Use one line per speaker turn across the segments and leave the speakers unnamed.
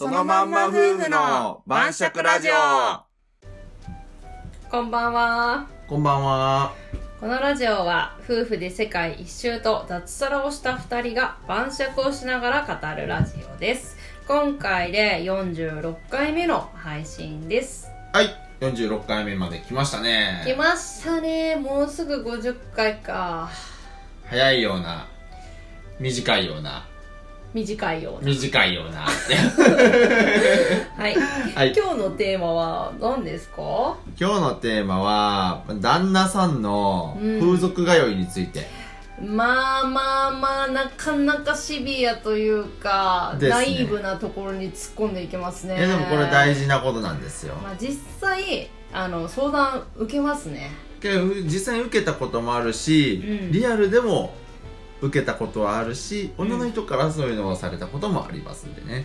のまんま夫婦の晩酌ラジオ
こんばんは
こんばんは
このラジオは夫婦で世界一周と雑さらをした2人が晩酌をしながら語るラジオです今回で46回目の配信です
はい46回目まで来ましたね
来ましたねもうすぐ50回か
早いような短いような
短いような
短いよう な
はい、
はい
今日のテーマは何ですか
今日のテーマは旦那さんの
うん
風俗通いについて、
まあまあまあなかなかシビアというか、
ですね
ナイーブなところに突っ込んでいきますね
いやでもこれ大事なことなんですよ、
まあ、実際あの相談受けますね
けど実際に受けたこともあるし、
うん
リアルでも受けたことはあるし
うん
女の人からそういうのをされたこともありますんでね、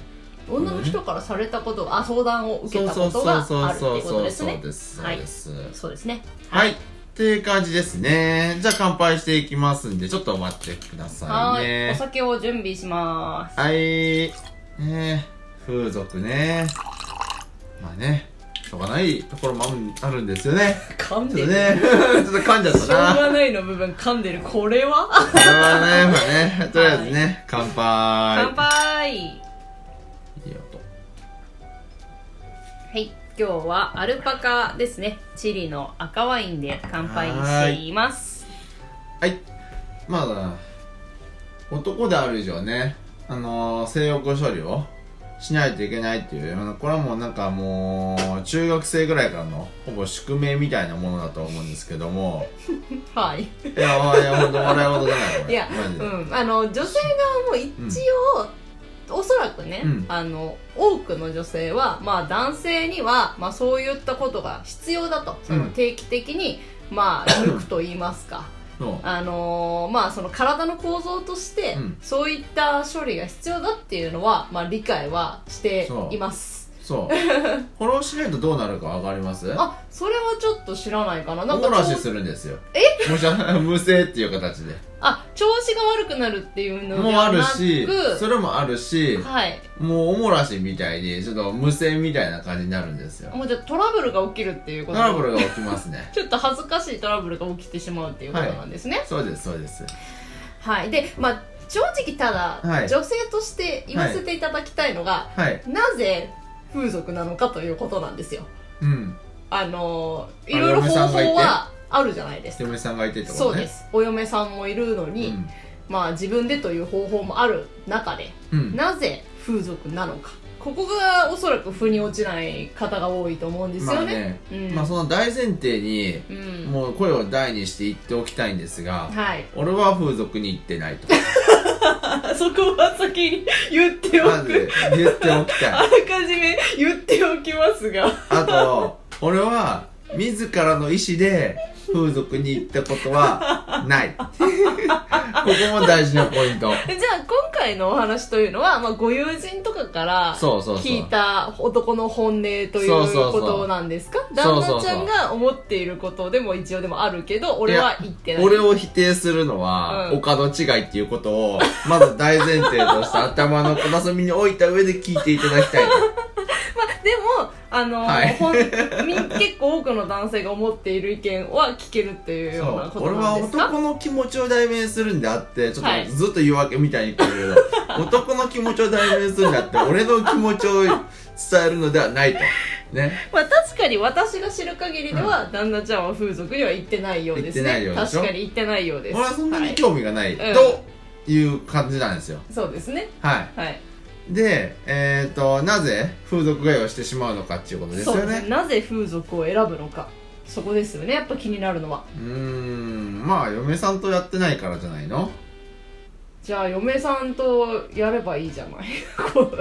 女の人からされたことが、あ相談を受けたことがあるっていうことです
そう
ね
ですそう
はい
です
そうですね
はい、っていう感じですねじゃあ乾杯していきますんでちょっと待ってくださ
はいーいお
ね
酒を準備します
はいね風俗ねまあねしょうがないところもあるあるんですよね
噛ん
ちょ
で
っ
る、
とね ちょっと噛んじゃっ
しょう
たな
がないの部分噛んでるこれは
これはね、まあね、とりあえずね、乾杯。
乾杯
いい音。
はい今日はアルパカですねチリの赤ワインで乾杯しています
はい。まあ、男である以上ね、あのー性欲処理をしないといけないっていう、あのこれはもうなんかもう、中学生ぐらいからの、ほぼ宿命みたいなものだと思うんですけども、
はい
いや、まあいや、ほんと笑い事じゃない、これ。
いや、
マジで。
うん、あの女性側も一応、おそらくね、
うん
あの多くの女性は、まあ、男性には、まあ、そういったことが必要だとそ
う
の
ん
定期的に、まあ抜くと言います か。
そう
あのーまあ、その体の構造として、
うん
そういった処理が必要だっていうのは、まあ、理解はしています
そう。フォローしないとどうなるかわかります
あそれはちょっと知らないかな
お
なん
漏
から調
し
子
するんですよ。え無償無性っていう形で。
あ調子が悪くなるっていうので
も
は
ある
なく
し、それもあるし、
はい、
もうおもらしみたいに、ちょっと無線みたいな感じになるんですよ。
もうじゃあトラブルが起きるっていう
ト
こと。
ラブルが起きますね
ちょっと恥ずかしいトラブルが起きてしまうっていうことなんですね。
そうです、そうです。
はい。で、まあ、正直ただ、
はい
女性として言わせていただきたいのが、
はい。
なぜ風俗なのかということなんですよ。
うん。
あのー、
あ
いろいろ
嫁
方
さんがいて
法はあるじゃないですか。
嫁さんがいてってことね。
そうで。す。お嫁さんもいるのに、まあ自分でという方法もある中で、
うん。うん。
なぜ風俗なのか。ここがおそらく腑に落ちない方が多いと思うんです
まあ
よね。
ね、
うん。
まあその大前提に、
うん。
もう声を大にして言っておきたいんですが、
はい。
俺は風俗に行ってない と。
あそこは先に言ってお
ま
く。
ず言っておき
あ
た
ら
い。
かじめ言っておきますが
あと、俺は自らの意思で風俗に行ったことは ない。ここも大事なポイント。
じゃあ今回のお話というのは、まあ、ご友人とかから
そうそうそう。
聞いた男の本音という
そうそうそう
ことなんですか
そ
旦
うそうそう
那ちゃんが思っていることでも一応でもあるけど俺は言ってない
俺を否定するのは、
うん
他の違いっていうことを、まず大前提として頭の片隅に置いた上で聞いていただきたい。
まあ、でもあの、
はい
ほんみ結構多くの男性が思っている意見は聞けるっていう
そ
ような
う
こと
俺
な
は
んですか
男の気持ちを代弁するんであって、ちょ
はい
っとずっと言い訳みたいに言ってるけ ど、男の気持ちを代弁するんであって、俺の気持ちを伝えるのではないと。ね。
まあ確かに私が知る限りでは、旦那ちゃんは風俗には行ってないようですね
行ってないようでしょ
確かに行ってないようです
俺はそんな
は
に
い
興味がない、
うん
という感じなんですよ。
そうですね
は
はい
い。で、えっ、と、なぜ風俗通いをしてしまうのかっていうことですよ
そうですねなぜ風俗を選ぶのかそこですよねやっぱ気になるのは
うーんまあ嫁さんとやってないからじゃないの
じゃあ嫁さんとやればいいじゃない こう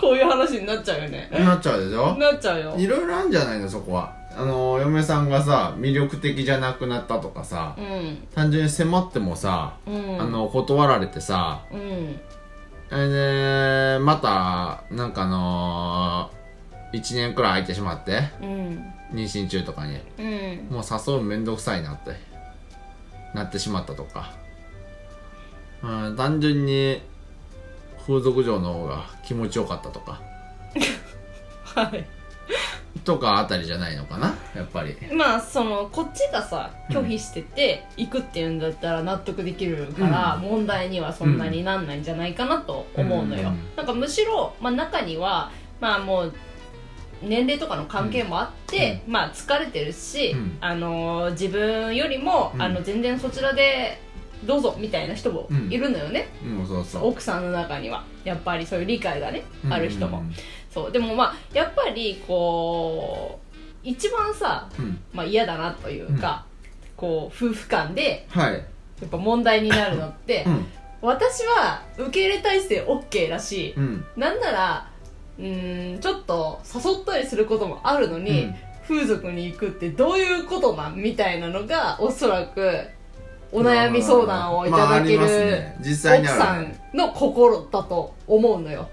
こういう話になっちゃうよね
なっちゃうでしょ
なっちゃうよ
いろいろあるんじゃないのそこはあの嫁さんがさ魅力的じゃなくなったとかさ
うん
単純に迫ってもさ、
うん
あの断られてさ
うん
えーでまたなんかあのー、1年くらい空いてしまって
うん
妊娠中とかに
うん
もう誘うのめんどくさいなってなってしまったとか、うん、単純に風俗嬢の方が気持ちよかったとか
はい
とかあたりじゃないのかなやっぱり
まあそのこっちがさ拒否してて行くっていうんだったら納得できるから、
うん
問題にはそんなになんないんじゃないかなと思うのよ、
うん
なんかむしろ、まあ、中にはまあもう年齢とかの関係もあって、まあ疲れてるし、
うん
あのー自分よりも、
うん
あの全然そちらでどうぞみたいな人もいるのよね、
うんそうそう
奥さんの中にはやっぱりそういう理解がねある人も、
うん
そうでもまあやっぱりこう一番さ
うん
まあ、嫌だなというか、こう夫婦間で
はい
やっぱ問題になるのって、
うん
私は受け入れ体制 OK だし、
うん
なんならうーんちょっと誘ったりすることもあるのに、
うん
風俗に行くってどういうことなんみたいなのがおそらくお悩み相談をいただける、
まあありますね実際
奥
に
さ
あるね
んの心だと思うのよ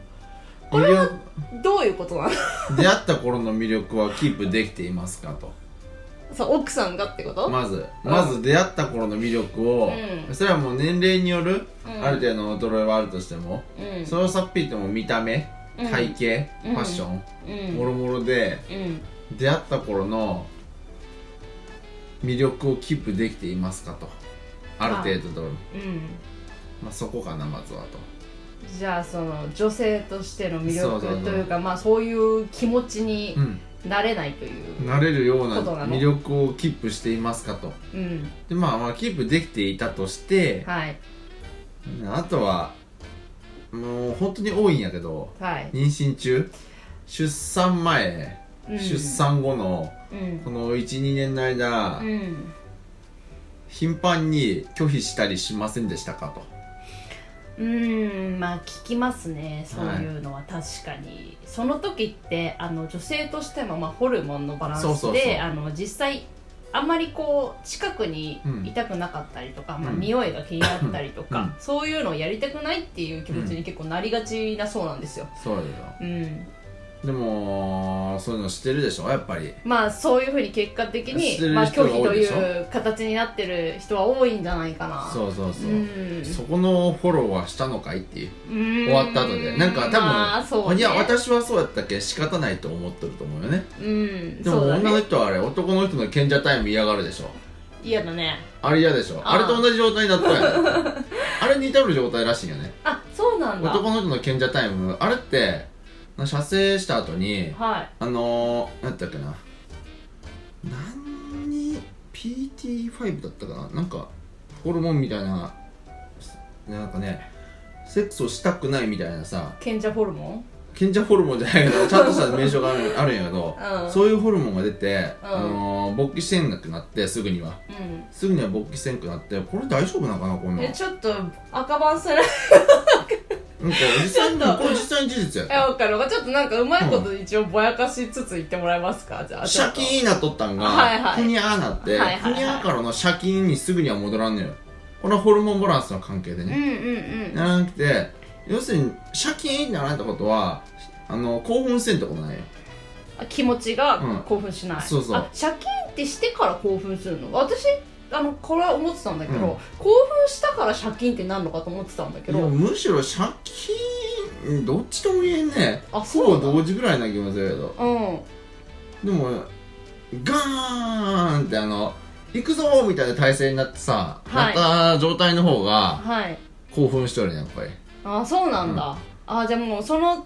魅力
どういうことなの
出会った頃の魅力はキープできていますかと
そう奥さんがってこと、
まず
うん
まず出会った頃の魅力を、
うん
それはもう年齢による、
うん
ある程度の衰えはあるとしても、
うん
それをさっぴいても見た目、
うん
体型、
うん
ファッション、
うん
もろもろで
うん
出会った頃の魅力をキープできていますかとある程度と、
うん
まあ、そこかなまずはと
じゃあその女性としての魅
そうそ
力
うそう
というかまあそういう気持ちに
うん
なれないという
なれるような
ことなの
魅力をキープしていますかと
うん
でまあまあキープできていたとして
はい
あとはもう本当に多いんやけど
はい、
妊娠中出産前、
うん
出産後の
うん
この12年の間、
うん
頻繁に拒否したりしませんでしたかと
うんまあ聞きますねそういうのは確かに、その時ってあの女性としてもまあホルモンのバランスで
そうそうそう
あの実際あんまりこう近くに
うん
いたくなかったりとか、まあ
うん
匂いが気になったりとか、
う
そういうのをやりたくないっていう気持ちに結構なりがちだそうなんですよ、
そうよ
うん、
でもそういうのしてるでしょやっぱり
まあそういうふうに結果的
し
に、
てる人
まあ、拒
が
否
多
と
いでしょ
いう形になってる人は多いんじゃないかな
そうそうそう、
ん
そこのフォローはしたのかいっていう
終
終わった後でなんか多分、
まあそうね、
いや私はそうやったっけ仕方ないと思ってると思うよね
うん
で
そ
も
うだ
女の
ね
人はあれ男の人の賢者タイム嫌がるでしょ
嫌だね
あれ嫌でしょ
あー
あれと同じ状態になったよ ねあれ似たる状態らしいよね
あそうなんだ
男の人の賢者タイムあれって射精した後に
はい
あのー、なんだったっけな何 PT5 だったかななんかホルモンみたいななんかねセックスをしたくないみたいなさ
賢者ホルモン
賢者ホルモンじゃないけ どちゃんとした名称があるあるんやけど、
うん
そういうホルモンが出て、
うん
あのー勃起せんなくなってすぐには
う
すぐには勃起せんくなってこれ大丈夫なのかなこん
ん
なん
え
なんか
ちょっと赤番する
実際に
ちょっと
これ実際に事実やっ
え
た
わかるわちょっとなんかうまいこと一応ぼやかしつつ言ってもらえますかじゃあ
シャキ
ン
ーンなっとったんが、
はいはい
ふにゃーなって、
はいはいはい
ふにゃーからのシャキーンにすぐには戻らんのよこれはホルモンバランスの関係で
うん
ね、
うんうん
ならなくて要するにシャキーンにならないってことはあの興奮せんってことないよ
あ気持ちが
うん
興奮しない、
そうそう
あシャキーンってしてから興奮するの私あのこれは思ってたんだけ
う
ど、
ん
興奮したからシャキーンってなるのかと思ってたんだけ
いや
ど
むしろシャキーンどっちとも言えんね
あそ
ほぼ
うなんだ
同時ぐらいな気もするけど
うん
でもガーンってあの行くぞーみたいな体勢になってさ、
はい
なった状態の方が
はい
興奮しとるねやっぱり
あそうなんだ、あじゃあもうその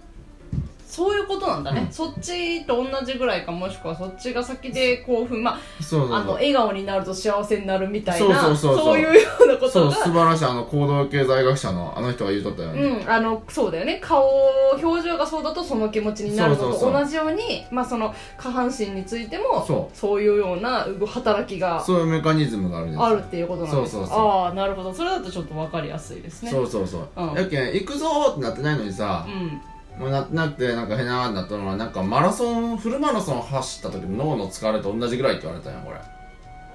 そういうことなんだね、
うん
そっちと同じぐらいかもしくはそっちが先で興奮ま
そうそうそう
ああの笑顔になると幸せになるみたいな
そうそうそうそう
いうようなこと
そう
が
素晴らしいあの行動経済学者のあの人が言うとったよ
う
ね、
ん、あのそうだよね顔表情がそうだとその気持ちになるの
そう
と
そうそう
同じようにまあその下半身についても
そ
そういうような動働きが
そういうメカニズムがあるんですよ
あるっていうことなんです
そう
ね
そうそう
ああなるほどそれだとちょっと分かりやすいですね
そうそうそう、
うん
やけん行くぞーってなってないのにさ
う、ん
もうなってなくてなんかへなーってなったのはなんかマラソンフルマラソン走った時の脳の疲れと同じぐらいって言われたんやこれ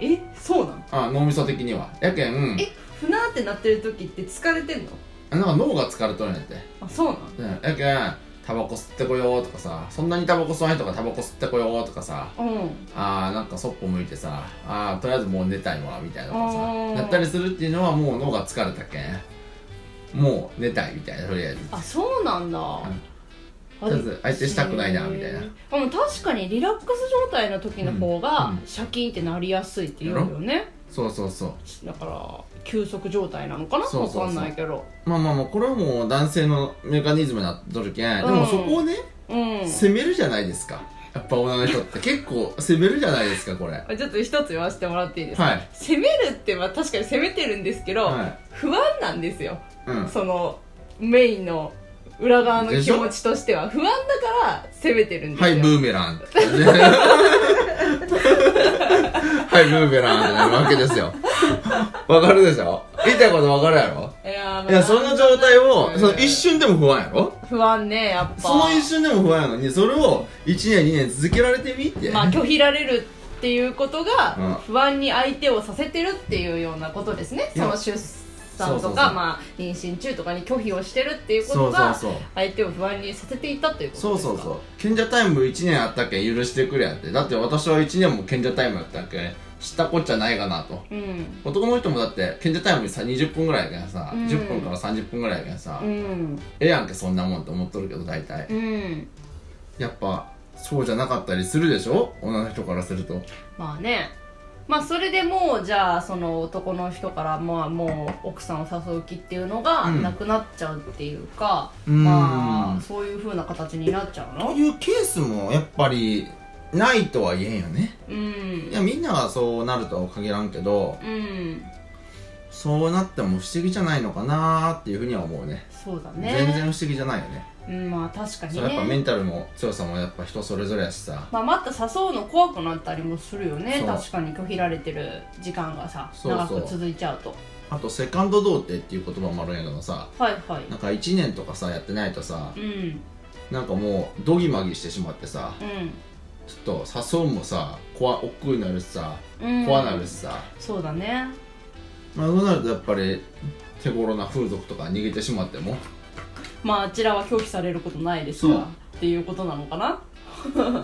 えそうなの
あ脳みそ的にはやけん
えふなーってなってる時って疲れてんの
なんか脳が疲れとるんやって、
あそうなの
うん、やけんタバコ吸ってこようとかさそんなにタバコ吸わないとかタバコ吸ってこようとかさ
うん
あーなんかそっぽ向いてさあーとりあえずもう寝たいわみたいなとか
あー
さやったりするっていうのはもう脳が疲れたけんもう寝たいみたいなとりあえず
あそうなんだ、
とりあえず相手したくないなみたいな
へーでも確かにリラックス状態の時の方
う
が
んうん
シャキーンってなりやすいって言うよね、
そうそうそう
だから休息状態なのかな
そうそうそう
わかんないけど
まあまあまあこれはもう男性のメカニズムになっとるけん、でもそこをね
うん
攻めるじゃないですかやっぱ女の人って結構攻めるじゃないですかこれはい
あちょっと一つ言わせてもらっていいですか、
はい
攻めるってまあ確かに攻めてるんですけど、不安なんですよ
うん
そのメインの裏側の
で
気
しょ
持ちとしては不安だから攻めてるんです
は
よ、
いブーメラン ってはいブーメランってなるわけですよわかるでしょ言いたいことわかるやろ
いやーまあ
いやその状態を
うん
その一瞬でも不安やろ
不安ねやっぱ
その一瞬でも不安やのにそれを1年2年続けられてみって、
まあ拒否られるっていうことが
うん
不安に相手をさせてるっていうようなことですね、
い
そ
や
の出
そ
産
う
と
そうそう
かまあ妊娠中とかに拒否をしてるっていう
そ
こと
うそう
が
そう
相手を不安にさせていたということ
そう
ですか
そうそう賢者タイム1年あったけん許してくれやってだって私は1年も賢者タイムやったけん知ったこっちゃないかなと
ううん
男の人もだって賢者タイムさ20分ぐらいやけんさ、
うん
10分から30分ぐらいやけんさ、
うん
ええやんけそんなもんと思っとるけど大体、
うん
やっぱそうじゃなかったりするでしょ女の人からすると
まあねまあそれでもうじゃあその男の人からまあもう奥さんを誘う気っていうのが
うん
なくなっちゃうっていうか、
うん
まあそういうふうな形になっちゃう
こう
の
いうケースもやっぱりないとは言えんよね
うん
いやみんながそうなるとは限らんけど
うん
そうなっても不思議じゃないのかなーっていうふうには思うね
そうだね
全然不思議じゃないよね
うんまあ確かに
そうやっぱメ
ね
ンタルも強さもやっぱ人それぞれやしさ
まあ、また誘うの怖くなったりもするよね
そう
確かに拒否られてる時間がさ
そうそう
長く続いちゃうと
あとセカンド童貞っていう言葉もあるんやけどさ
はいはい
なんか1年とかさやってないとさ
うん
なんかもうドギマギしてしまってさちょっと誘うもさ怖億劫になるしさ
うんうん
怖なるしさ、
そうだね
まあそうなるとやっぱり手頃な風俗とか逃げてしまっても
まああちらは拒否されることないですから
そう
っていうことなのかな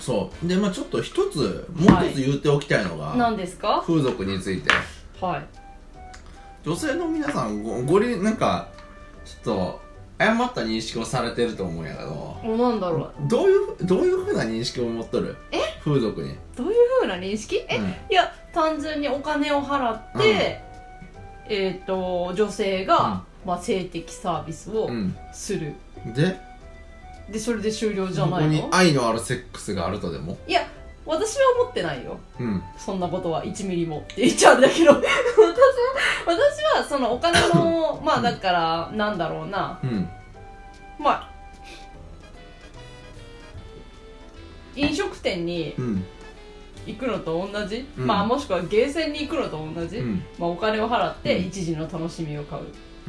そうでまあちょっと一つもう一つ言っておきたいのが、
何ですか
風俗について
はい
女性の皆さんごごりなんかちょっと誤った認識をされてると思うんやけど
おなんだろう
どういうどういうふうな認識を持っとるえ風俗に
どういうふうな認識え、
うん
いや単純にお金を払って、えっ、と女性が、まあ、性的サービスを
うん
する、
で
でそれで終了じゃ
ここ
ないの
に愛のあるセックスがあるとでも
いや私は思ってないよ
うん
そんなことは1ミリもって言っちゃうんだけど 私は私はそのお金 のまあだからなんだろうな
うん
まあ飲食店に
うん
行くのと同じ、
うん
まあもしくはゲーセンに行くのと同じ、
うん
まあ、お金を払って
うん
一時の楽しみを買うっ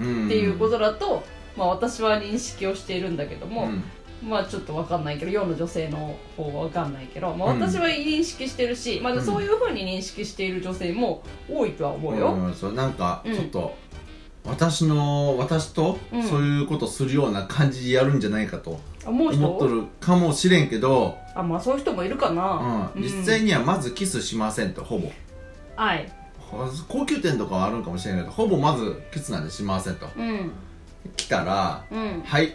うん
ていうことだと、まあ私は認識をしているんだけども、
うん
まあちょっとわかんないけど世の女性の方はわかんないけど、まあ、
うん
私は認識してるし、まあ、そういうふうに認識している女性も多いとは思うよ、
ん、そうなんか
うん
ちょっと、私の私と
うん
そういうことするような感じでやるんじゃないかと
あもう
思っと
人
るかもしれんけど、
あまあそういう人もいるか
う
な、
ん実際にはまずキスしませんとほぼ
はい
高級店とかはあるんかもしれんけどほぼまずキスなんてしませんと
うん
来たら
うん
はい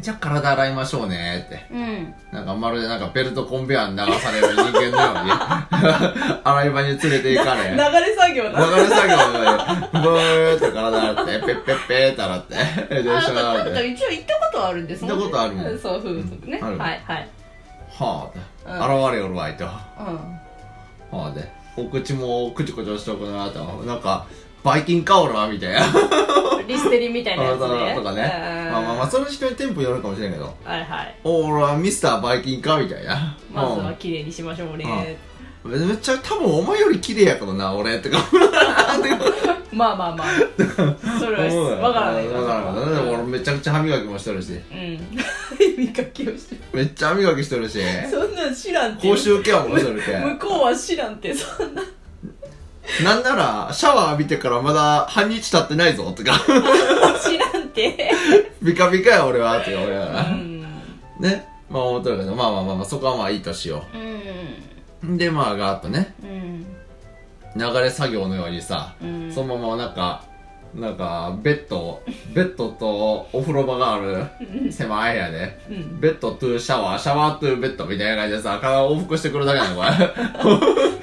じゃあ体洗いましょうねって
うん
なんかまるでなんかベルトコンベヤーに流される人間のように洗い場に 連れて行かれ
流れ作業
流
な
れ作業でブーって体洗ってペッペッペーって洗ってで
あ
一緒に
な
洗
ん
っ
か
て
一応行ったことはあるんです
行ったことあるもん
そう風俗ね、
うんある
はいはい
は
う
あ現れよるわいとは
うん
あでお口もくちょこちょしとくなとなんかバイキンカオルはみ たいな
リステリンみたいなやつね。
とかねまあまあまあその人にテンポよるかもしれんけど
あ。はいはい。
オーラミスターバイキンかみたいな
まずは綺麗にしましょうね。
うんめっちゃ多分お前より綺麗やからな俺 とか
まあま あまあ。それ
思う
はわからない
わからないだって俺めちゃくちゃ歯磨きもしてるし
うん。見かけをして。
めっちゃ歯磨きしてるし
そんなん知らんって。
口臭ケアもしてるけん
向こうは知らんって、そんな。
なんなら、シャワー浴びてからまだ半日経ってないぞ、とか。
知らんって。
ビカビカや、俺は、とか、俺
う
は。
ん。
ね。まあ思っとるけど、まあまあまあまあ、そこはまあいいとしよ
う
う。で、まあガーッとね、
ん。
流れ作業のようにさ、
うん。
そのままなんか、なんかベッドベッドとお風呂場がある狭い部屋で
うん
ベッドトゥーシャワーシャワートゥーベッドみたいな感じでさ体を往復してくるだけなのこ れ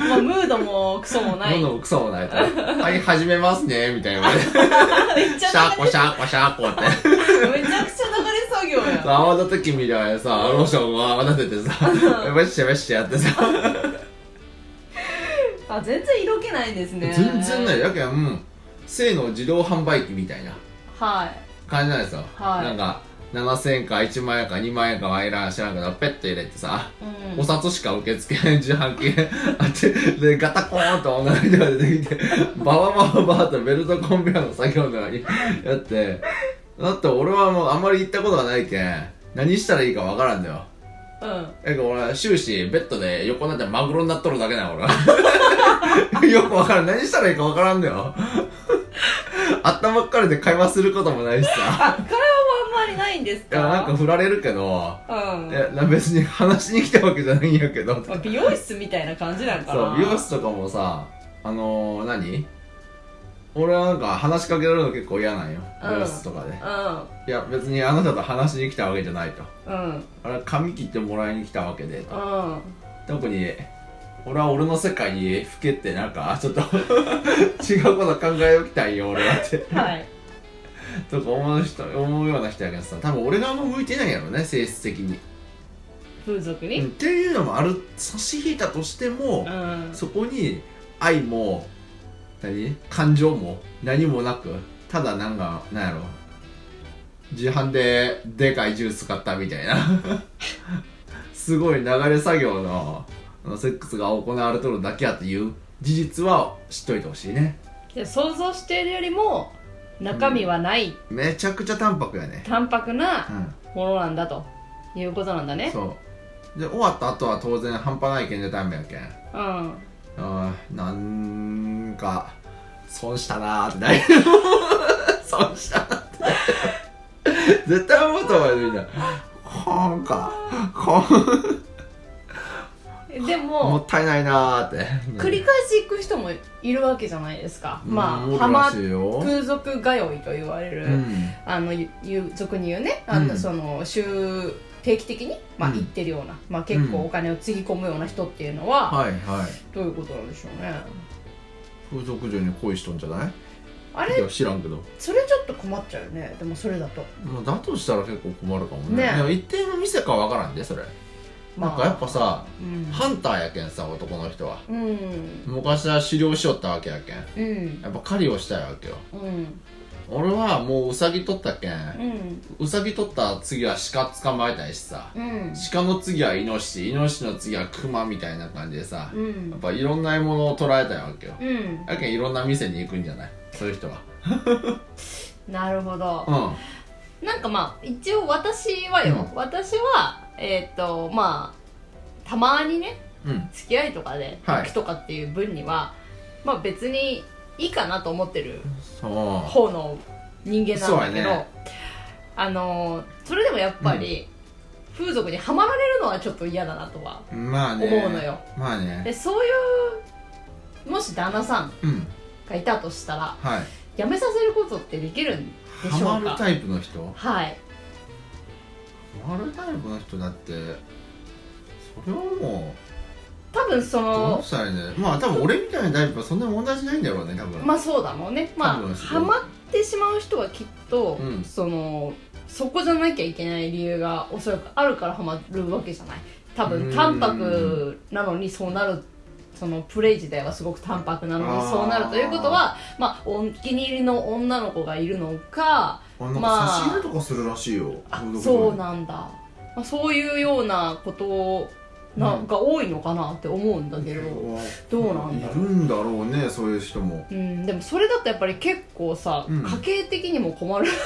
まあムードもクソもない
喉もクソもないとはい始めますねみた いな
めっち
シャ
ゃ
ーコシャーコシャーコって
流れめちゃくちゃ流れ作業や
泡立て器みたいなさローションを泡立ててさバシャバシャやってさ
あ全然色気ないですね
全然ないやけんうん性の自動販売機みたいな
はい
感じなんですよ、
はい
なんか7000円か1万円か2万円かはいらん知らんけどペッと入れてさ、
うん
お札しか受け付けない自販機 あってでガタコーンと女の人が出てきてバババババーとベルトコンベアの作業のように やってだって俺はもうあんまり行ったことがないけん何したらいいかわからんだよ
うん
なんか俺は終始ベッドで横になってマグロになっとるだけな俺は よくわからん何したらいいかわからんだよ あったばっかりで会話することもないしさ
あ会話もあんまりないんで
い
すか
やなんか振られるけど、
うん
いやな別に話しに来たわけじゃないんやけど
まあ美容室みたいな感じなんか
そ
な
う美容室とかもさあのー、何俺はなんか話しかけられるの結構嫌なんよ
うん
美容室とかで
う
いや別にあなたと話しに来たわけじゃないと
んうん
あれ髪切ってもらいに来たわけでと
うん
特に俺は俺の世界にふけってなんかちょっと 違うこと考えおきたいよ俺はって
はい
とか思う人思うような人やけどさ多分俺側も向いてないやろね性質的に、
風俗
うんっ
に
ていうのもある差し引いたとしても、
うん
そこに愛も何感情も何もなくただなんかなんやろ自販ででかいジュース買ったみたいな すごい流れ作業のあのセックスが行われとるだけやっていう事実は知っといてほしいね
で想像しているよりも中身はない
めちゃくちゃ淡白やね
淡白な
う
ものなんだということなんだ
ん
ね
そうで終わった後は当然半端ないけんじゃダメやけん
うん
うんなんか損したなーってなる損したなってなる絶対思うと思うよみんなこんかこん
で
も
も
ったいないなーって
繰り返し行く人もいるわけじゃないですかま
うん
あハマ
おるらしいよ
風俗通いと言われる、
うん
あのゆゆ俗に言うねあの、
うん
その週定期的に、まあ、
うん
行ってるような、まあ、結構お金をつぎ込むような人っていうのは、
はいはい
どういうことなんでしょうね
風俗嬢に恋しとんじゃない
あ
い
れ
や知らんけど、
それちょっと困っちゃうよねでもそれだと
まあ、だとしたら結構困るかもね
ね
でも一定の店かわからんでそれ、
まあ
なんかやっぱさ
うん
ハンターやけんさ男の人は
うん
昔は狩猟しよったわけやけん
うん
やっぱ狩りをしたいわけよ
うん
俺はもうウサギ取ったけん
うん
ウサギ取った次は鹿捕まえたいしさ
うん
鹿の次はイノシシイノシシの次はクマみたいな感じでさ
う
やっ
ん
ぱいろんな獲物を捕らえたいわけよ
うん
やけんいろんな店に行くんじゃないそういう人は
なるほど
う
なんかまあ一応私はよ、
う
私はえーっ、とまあたまにね
んうん
付き合いとかで
はい
行くとかっていう分には、まあ別にいいかなと思ってる
そ
方の人間なんだけ
そう
ど、
やね
あのそれでもやっぱり、風俗にはまられるのはちょっと嫌だなとは
うまあね
思うのよ
まあね
でそういうもし旦那さん
うん
がいたとしたら
はい
やめさせることってできるんでし
ハ
ょ
マ
う
る
か
タイプの人
はい
ハマるタイプの人だってそれはも
多分そ
うん
の
どうしたらいいんだよまあ多分俺みたいなタイプはそんな問題しないんだろうね多分
まあそうだろうねま
多
あ
分
ハマってしまう人はきっと、
うん
そのそこじゃなきゃいけない理由がおそらくあるからハマるわけじゃない多
う
分
ん
淡白なのにそうなるそのプレイ自体はすごく淡白なのに
あー
そうなるということはまあお気に入りの女の子がいるのか
あなん
まあ
か差し入れとかするらしいよ、
あ
フードコートに
そうなんだ、まあ、そういうようなことな
うん
が多いのかなって思うんだけど、どうなんだろう
いるんだろうねそういう人も
うん、でもそれだとやっぱり結構さ、
うん
家計的にも困る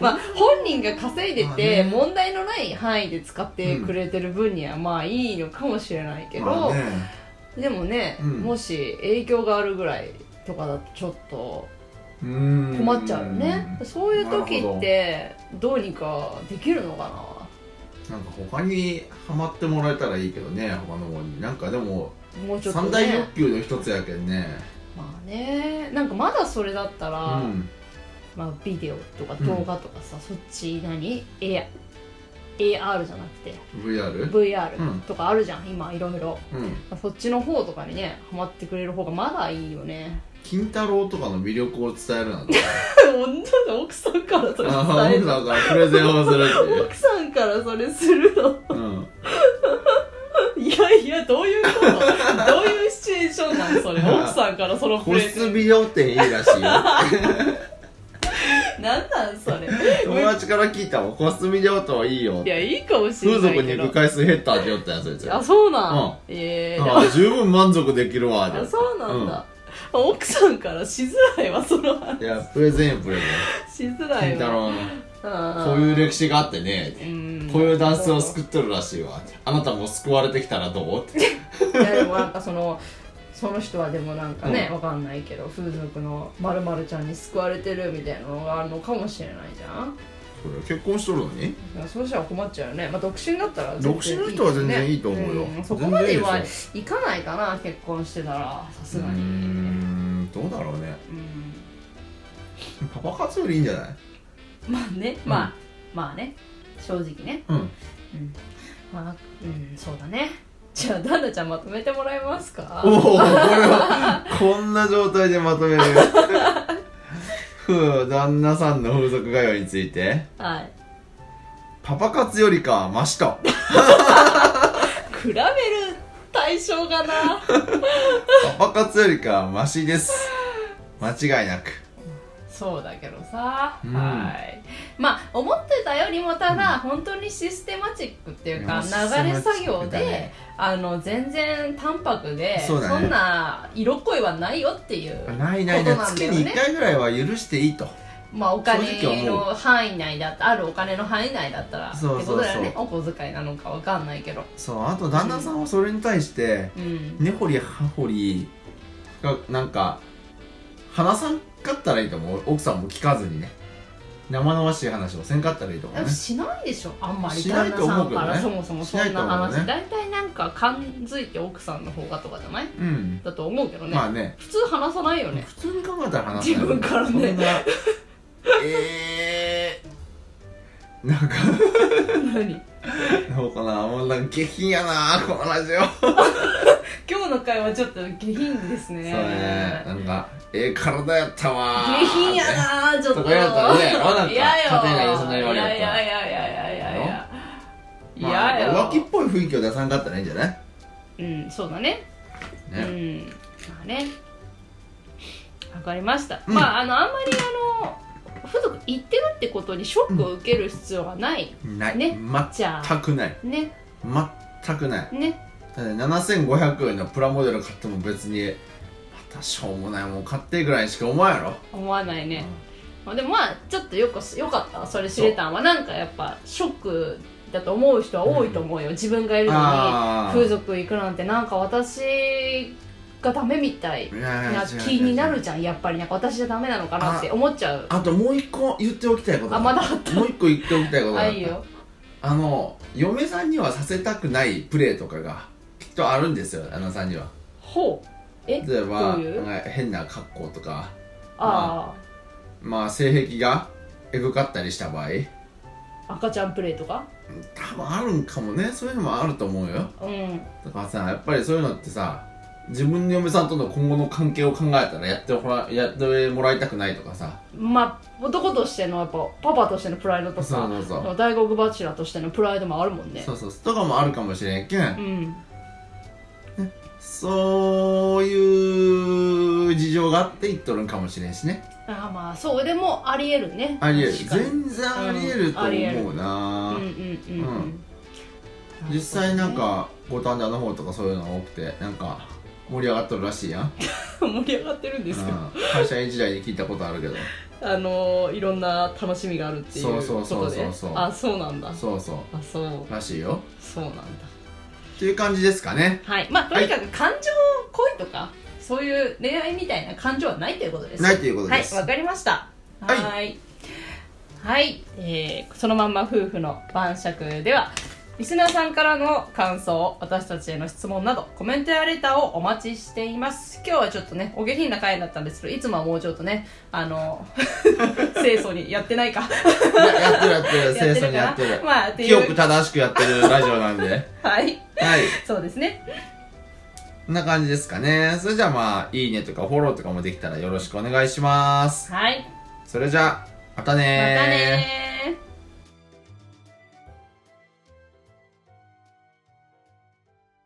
まあ本人が稼いで
まあ
て
ね
問題のない範囲で使ってくれてる分にはまあいいのかもしれないけど、
まあね
でもね、
うん
もし影響があるぐらいとかだとちょっと
うーん
困っちゃうよねそういう時ってどうにかできるのか
なんか他にハマってもらえたらいいけどね他のもになんかでも
なもうちょっと、
三
ね、
大欲求の一つやけんね
まあねなんかまだそれだったら、
うん
まあ、ビデオとか動画とかさ、そっち何 A- AR じゃなくて
VR?
VR
うん
とかあるじゃん、今いろいろ
うん
そっちの方とかにねハマってくれる方がまだいいよね
金太郎とかの魅力を伝えるなんて
本当に奥さんからそれ
あ
伝え
奥さんからプ
る
レゼンをするっていう
奥さんからそれするの
うん
いやいやどういうことどういうシチュエーションな のそれ奥さんからそのプ
個
レゼ
室
ン
ビデオ店いいらしいよ
何なんそ れ
友達から聞いたわ個室ビデオといいよ
いやいいかもしれ
風
ない
俗
けど
に行く回数減ったって言ったやつですよ
あそうなん、
うん
ええ
あ十分満足できるわ
あ
で
そうなんだ、奥さんからしづらいわその話
いやプレゼンよプレゼン
しづら
金
い
太
わ
郎のこ
こ
ういう歴
史
史があってねこういう男性を救っとるらしいわあなたも救われてきたらどうって
いやでもなんかそのその人はでもなんかね、
う
わかんないけど風俗のまるまるちゃんに救われてるみたいなのがあるのかもしれないじゃん
結婚しとるのに
いやそうしたら困っちゃうよね、まあ、独身だったら全然いい
独身の人は全然いいと思うよ
んそこまでは
全然いいで
いかないかな結婚してたらさ
うー
すがにうん
んどうだろうねパパ活よりいいんじゃない
まあねまあ、まあね正直ね
うん
うんまあうんそうだねじゃあ旦那ちゃんまとめてもらえますか
おおこれはこんな状態でまとめる ふう旦那さんの風俗通いについて
はい
パパ活よりかはマシと
比べる対象 がな
パパ活よりかはマシです間違いなく
そうだけどさ、
うん
はいまあ思ってたよりもただ、本当にシステマチックっていうか
い
流
や
れ作業
システマチックだ
で、
ね
あの全然淡白で
そうだね
んな色恋はないよっていう
ないないない、
ことなんだ
月
よね
に1回ぐらいは許していいと
まあお
正直
金の
思
範囲内だったあるお金の範囲内だったら
そうそうそう
ってことだよねお小遣いなのかわかんないけど
そうあと旦那さんはそれに対して
うん
根掘り葉掘りがなんか話さんかったらいいと思う奥さんも聞かずにね生々しい話をせんかったらいいと思うね
しないでしょあんまり
しないと思うけどね
旦那さんからそもそもそんな
しないと思う
話
ね
大体なんか感づいて奥さんの方がとかじゃない
うん
だと思うけどね、
まあね
普通話さないよ ね
普通に考えたら話さ
自
ない
分からね
そんなえーなんか
何
どうかなもうなんか下品やなこのラジオ
今日の会話ちょっと下品ですね
そうね、なんか、ええ体やったわ
下
ー
品やなーちょっと
とかやったらねなんか
いやよ
家庭内でそんな言わ
い
れよった
や
ら
いやいやいやいやいやいや、
まあ
いやよ
浮気っぽい雰囲気を出さんかったらいいんじゃない
うんそうだねう
ね、
んまあねわかりました、
うん
まああのあんまりあの風俗行ってるってことにショックを受ける必要はない、
ない、
ねじゃあ
全くない
ね
全くない
ね
だって7500円のプラモデル買っても別にまたしょうもないもん買ってぐらいしか思わんやろ
思わないね、まあ、でもまあちょっとよくよかったわそれ知れたんはなんかやっぱショックだと思う人は多いと思うよ、自分がいるのに
あー
風俗行くなんてなんか私がダメみたい
いやいや
な
違う
気にな
違う違
る
う
じゃんやっぱりなんか私じゃダメなのかなって思っちゃう
あともう一個言っておきたいことが
あまだあった
もう一個言っておきたいことが
あ
あっ
いい
た
よ
あの嫁さんにはさせたくないプレーとかがきっとあるんですよ旦那さんには
ほうえ
例えば
どういう
なんか変な格好とか
あ
まあ性癖がエグかったりした場合
あ赤ちゃんプレイとか
多分あるんかもねそういうのもあると思うよ
うん
だからさやっぱりそういうのってさ自分の嫁さんとの今後の関係を考えたらやってほらやってもらいたくないとかさ
まあ男としてのやっぱパパとしてのプライドと
そう
か
そうそう
大黒柱としてのプライドもあるもんね
そうそうとかもあるかもしれんけん、
うん
そういう事情があって言っとるんかもしれんしね
ああまあそうでもありえるね
ありえる
確かに
全然ありえると思う
うん
な、
うん
う
うんうん、るほどね
実際なんか五反田の方とかそういうのが多くてなんか盛り上がっとるらしいやん
盛り上がってるんですよ、
うん会社員時代に聞いたことあるけど
あのーいろんな楽しみがあるっていうことで
そうそうそうそうそう
あそうなんだ
そうそ
あそう
うらしいよ
そうなんだ
っていう感じですかね
はいまあとにかく感情恋とか、そういう恋愛みたいな感情はないということです
ないということです、
はいわかりましたは
はい
いはいえーそのまんま夫婦の晩酌ではリスナーさんからの感想私たちへの質問などコメントやレターをお待ちしています今日はちょっとねお下品な回だったんですけどいつもはもうちょっとね あの清楚にやってないか
ややってるやってる清
やってるかな
楚にやってる
まあってい
清
う
く正しくやってるラジオなんで はい
はいそうですね
こんな感じですかねそれじゃあまあいいねとかフォローとかもできたらよろしくお願いします
はい
それじゃあまた
また
ね
ねー